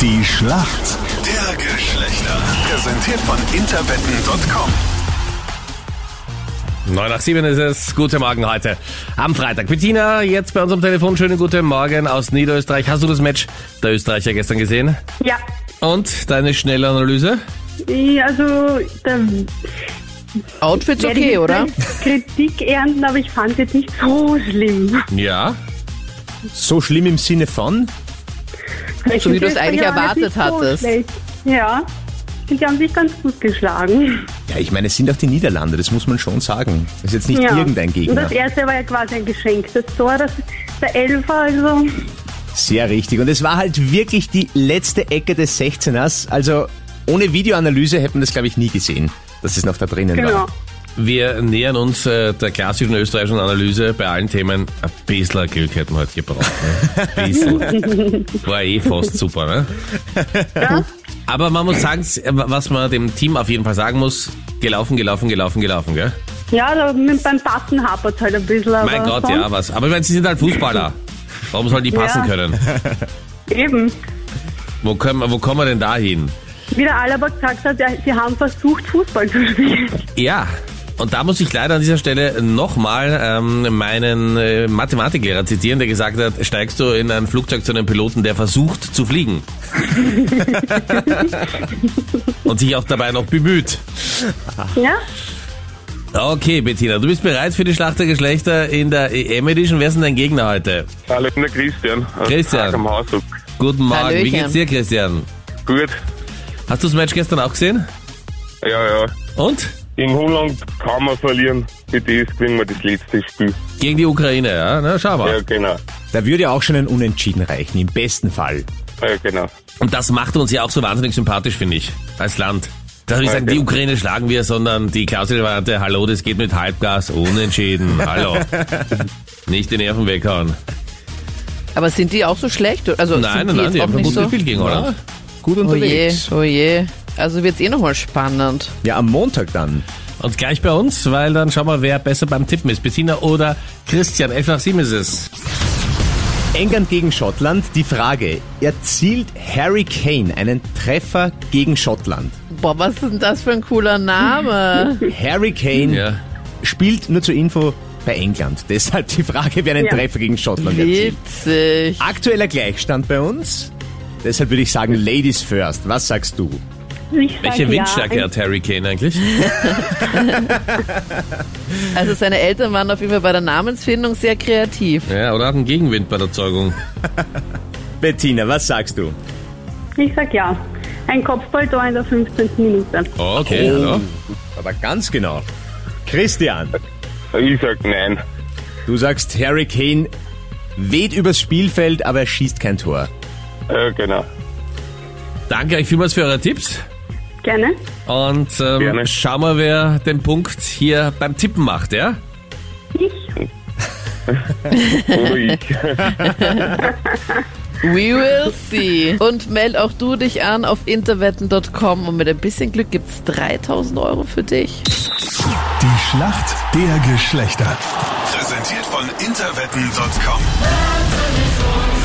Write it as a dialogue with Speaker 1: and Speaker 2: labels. Speaker 1: Die Schlacht der Geschlechter. Präsentiert von interwetten.com.
Speaker 2: 9 nach 7 ist es. Guten Morgen heute. Am Freitag. Bettina, jetzt bei uns am Telefon. Schönen guten Morgen aus Niederösterreich. Hast du das Match der Österreicher gestern gesehen?
Speaker 3: Ja,
Speaker 2: Und deine schnelle Analyse?
Speaker 3: ich- also da werde
Speaker 4: Outfits
Speaker 3: ich
Speaker 4: okay,
Speaker 3: jetzt
Speaker 4: oder?
Speaker 3: vielleicht Kritik ernten, aber ich fand es jetzt nicht so schlimm.
Speaker 2: Ja.
Speaker 5: So schlimm im Sinne von?
Speaker 4: So wie du es
Speaker 3: Österreicher
Speaker 4: eigentlich
Speaker 3: waren jetzt
Speaker 4: erwartet
Speaker 3: nicht so
Speaker 4: hattest.
Speaker 3: schlecht. Ja, die haben sich ganz gut geschlagen.
Speaker 5: Ja, ich meine, es sind auch die Niederlande, das muss man schon sagen. Das ist jetzt nicht
Speaker 3: Ja.
Speaker 5: irgendein
Speaker 3: Und
Speaker 5: Gegner.
Speaker 3: das erste war ja quasi ein Geschenk. Das Tor, das, der Elfer, also
Speaker 5: Sehr richtig. Und es war halt wirklich die letzte Ecke des 16ers. Also ohne Videoanalyse hätte man das, glaube ich, nie gesehen, dass es noch da drinnen
Speaker 3: genau.
Speaker 5: war.
Speaker 2: Wir nähern uns äh, der klassischen österreichischen Analyse bei allen Themen. Ein bisschen Glück hätten wir heute gebraucht. Ne? Ein bisschen. War eh fast super, ne?
Speaker 3: Ja,
Speaker 2: Aber man muss sagen, was man dem Team auf jeden Fall sagen muss, gelaufen, gelaufen, gelaufen, gelaufen, gell?
Speaker 3: ja da mit, beim Passen hapert es halt ein bisschen.
Speaker 2: Mein
Speaker 3: aber
Speaker 2: Gott,
Speaker 3: sonst
Speaker 2: ja, was. Aber ich meine, sie sind halt Fußballer. Warum sollen die passen
Speaker 3: Ja.
Speaker 2: können?
Speaker 3: Eben.
Speaker 2: Wo, können? wir- wo kommen wir denn da hin?
Speaker 3: Wie der Alaba gesagt hat, ja, sie haben versucht, Fußball zu spielen.
Speaker 2: Ja, und da muss ich leider an dieser Stelle nochmal ähm, meinen äh, Mathematiklehrer zitieren, der gesagt hat, steigst du in ein Flugzeug zu einem Piloten, der versucht zu fliegen. und sich auch dabei noch bemüht.
Speaker 3: Ja?
Speaker 2: Okay, Bettina, du bist bereit für die Schlacht der Geschlechter in der EM Edition. Wer ist denn dein Gegner heute?
Speaker 6: Hallo, ich bin der Christian. Altså, aus
Speaker 2: Christian.
Speaker 6: Haag Am Hausdruck.
Speaker 2: Guten Morgen, wie
Speaker 4: Hallöchen.
Speaker 2: geht's dir, Christian?
Speaker 6: Gut.
Speaker 2: Hast du das Match gestern auch gesehen?
Speaker 6: Ja, ja.
Speaker 2: Und?
Speaker 6: In Holland kann man verlieren. Mit das kriegen wir das letzte Spiel.
Speaker 2: Gegen die Ukraine, ja? Na, schau mal.
Speaker 6: Ja, genau.
Speaker 5: Da würde ja auch schon ein Unentschieden reichen, im besten Fall.
Speaker 6: Ja, genau.
Speaker 2: Und das macht uns ja auch so wahnsinnig sympathisch, finde ich, als Land. Dass wir nicht sagen, die Ukraine schlagen wir, sondern die klassische Variante, hallo, das geht mit Halbgas, unentschieden, hallo. Nicht die Nerven weghauen.
Speaker 4: Aber sind die auch so schlecht? Also
Speaker 2: Nein,
Speaker 4: sind die
Speaker 2: nein, nein,
Speaker 4: jetzt
Speaker 2: die
Speaker 4: auch
Speaker 2: haben ein
Speaker 4: nicht
Speaker 2: gutes
Speaker 4: so?
Speaker 2: Spiel gegen Holland.
Speaker 5: Gut
Speaker 4: Oh je,
Speaker 5: unterwegs.
Speaker 4: oh je. Also wird's eh nochmal spannend.
Speaker 5: Ja, am Montag dann.
Speaker 2: Und gleich bei uns, weil dann schauen wir, wer besser beim Tippen ist. Bettina oder Christian. 11 nach 7 ist es.
Speaker 5: England gegen Schottland. Die Frage, erzielt Harry Kane einen Treffer gegen Schottland?
Speaker 4: Boah, was ist denn das für ein cooler Name?
Speaker 5: Harry
Speaker 4: Mhm.
Speaker 5: Kane
Speaker 2: Ja.
Speaker 5: spielt nur zur Info bei England. Deshalb die Frage, wer einen
Speaker 3: Ja.
Speaker 5: Treffer gegen Schottland erzielt.
Speaker 4: Witzig.
Speaker 5: Aktueller Gleichstand bei uns. Deshalb würde ich sagen, Ladies first. Was sagst du?
Speaker 3: Ich sag
Speaker 2: Welche
Speaker 3: ja.
Speaker 2: Windstärke hat Harry Kane eigentlich?
Speaker 4: Also seine Eltern waren auf jeden Fall bei der Namensfindung sehr kreativ.
Speaker 2: Ja, oder hat einen Gegenwind bei der Zeugung?
Speaker 5: Bettina, was sagst du?
Speaker 3: Ich sag ja. Ein Kopfballtor in der 15. Minute.
Speaker 2: Okay,
Speaker 4: Oh.
Speaker 2: hallo.
Speaker 5: Aber ganz genau. Christian,
Speaker 6: Ich sag nein.
Speaker 5: du sagst, Harry Kane weht übers Spielfeld, aber er schießt kein Tor.
Speaker 6: Ja, genau.
Speaker 2: Danke euch vielmals für eure Tipps.
Speaker 3: Gerne.
Speaker 2: Und ähm,
Speaker 6: Gerne.
Speaker 2: schauen wir, wer den Punkt hier beim Tippen macht, ja?
Speaker 3: Ich
Speaker 6: Oder ich.
Speaker 4: We will see. Und meld auch du dich an auf interwetten.com und mit ein bisschen Glück gibt's 3000 Euro für dich.
Speaker 1: Die Schlacht der Geschlechter. Präsentiert von interwetten.com.